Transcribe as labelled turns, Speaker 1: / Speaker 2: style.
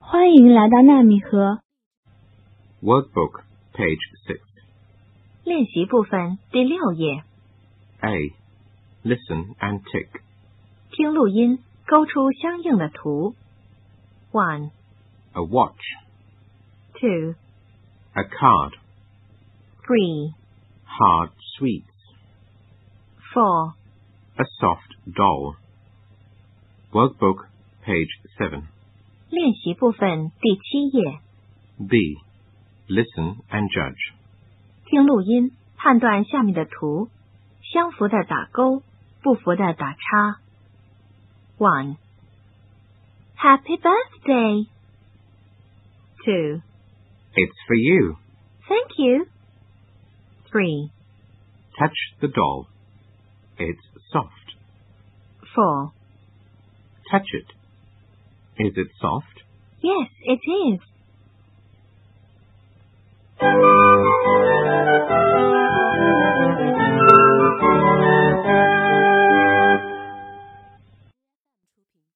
Speaker 1: 欢迎来到纳米盒
Speaker 2: Workbook, page 6.
Speaker 3: 练习部分第六页，
Speaker 2: A. Listen and tick.
Speaker 3: 听录音，勾出相应的图。One,
Speaker 2: A watch.
Speaker 3: two,
Speaker 2: A card.
Speaker 3: three,
Speaker 2: Hard sweets.
Speaker 3: four,
Speaker 2: A soft doll. Workbook, page 7.
Speaker 3: 练习部分第七页，
Speaker 2: B. Listen and judge.
Speaker 3: 听录音，判断下面的图，相符的打勾，不符的打叉。One, Happy birthday. Two,
Speaker 2: It's for you.
Speaker 3: Thank you. Three,
Speaker 2: Touch the doll. It's soft.
Speaker 3: four.
Speaker 2: Touch it. Is it soft?
Speaker 3: Yes, it is.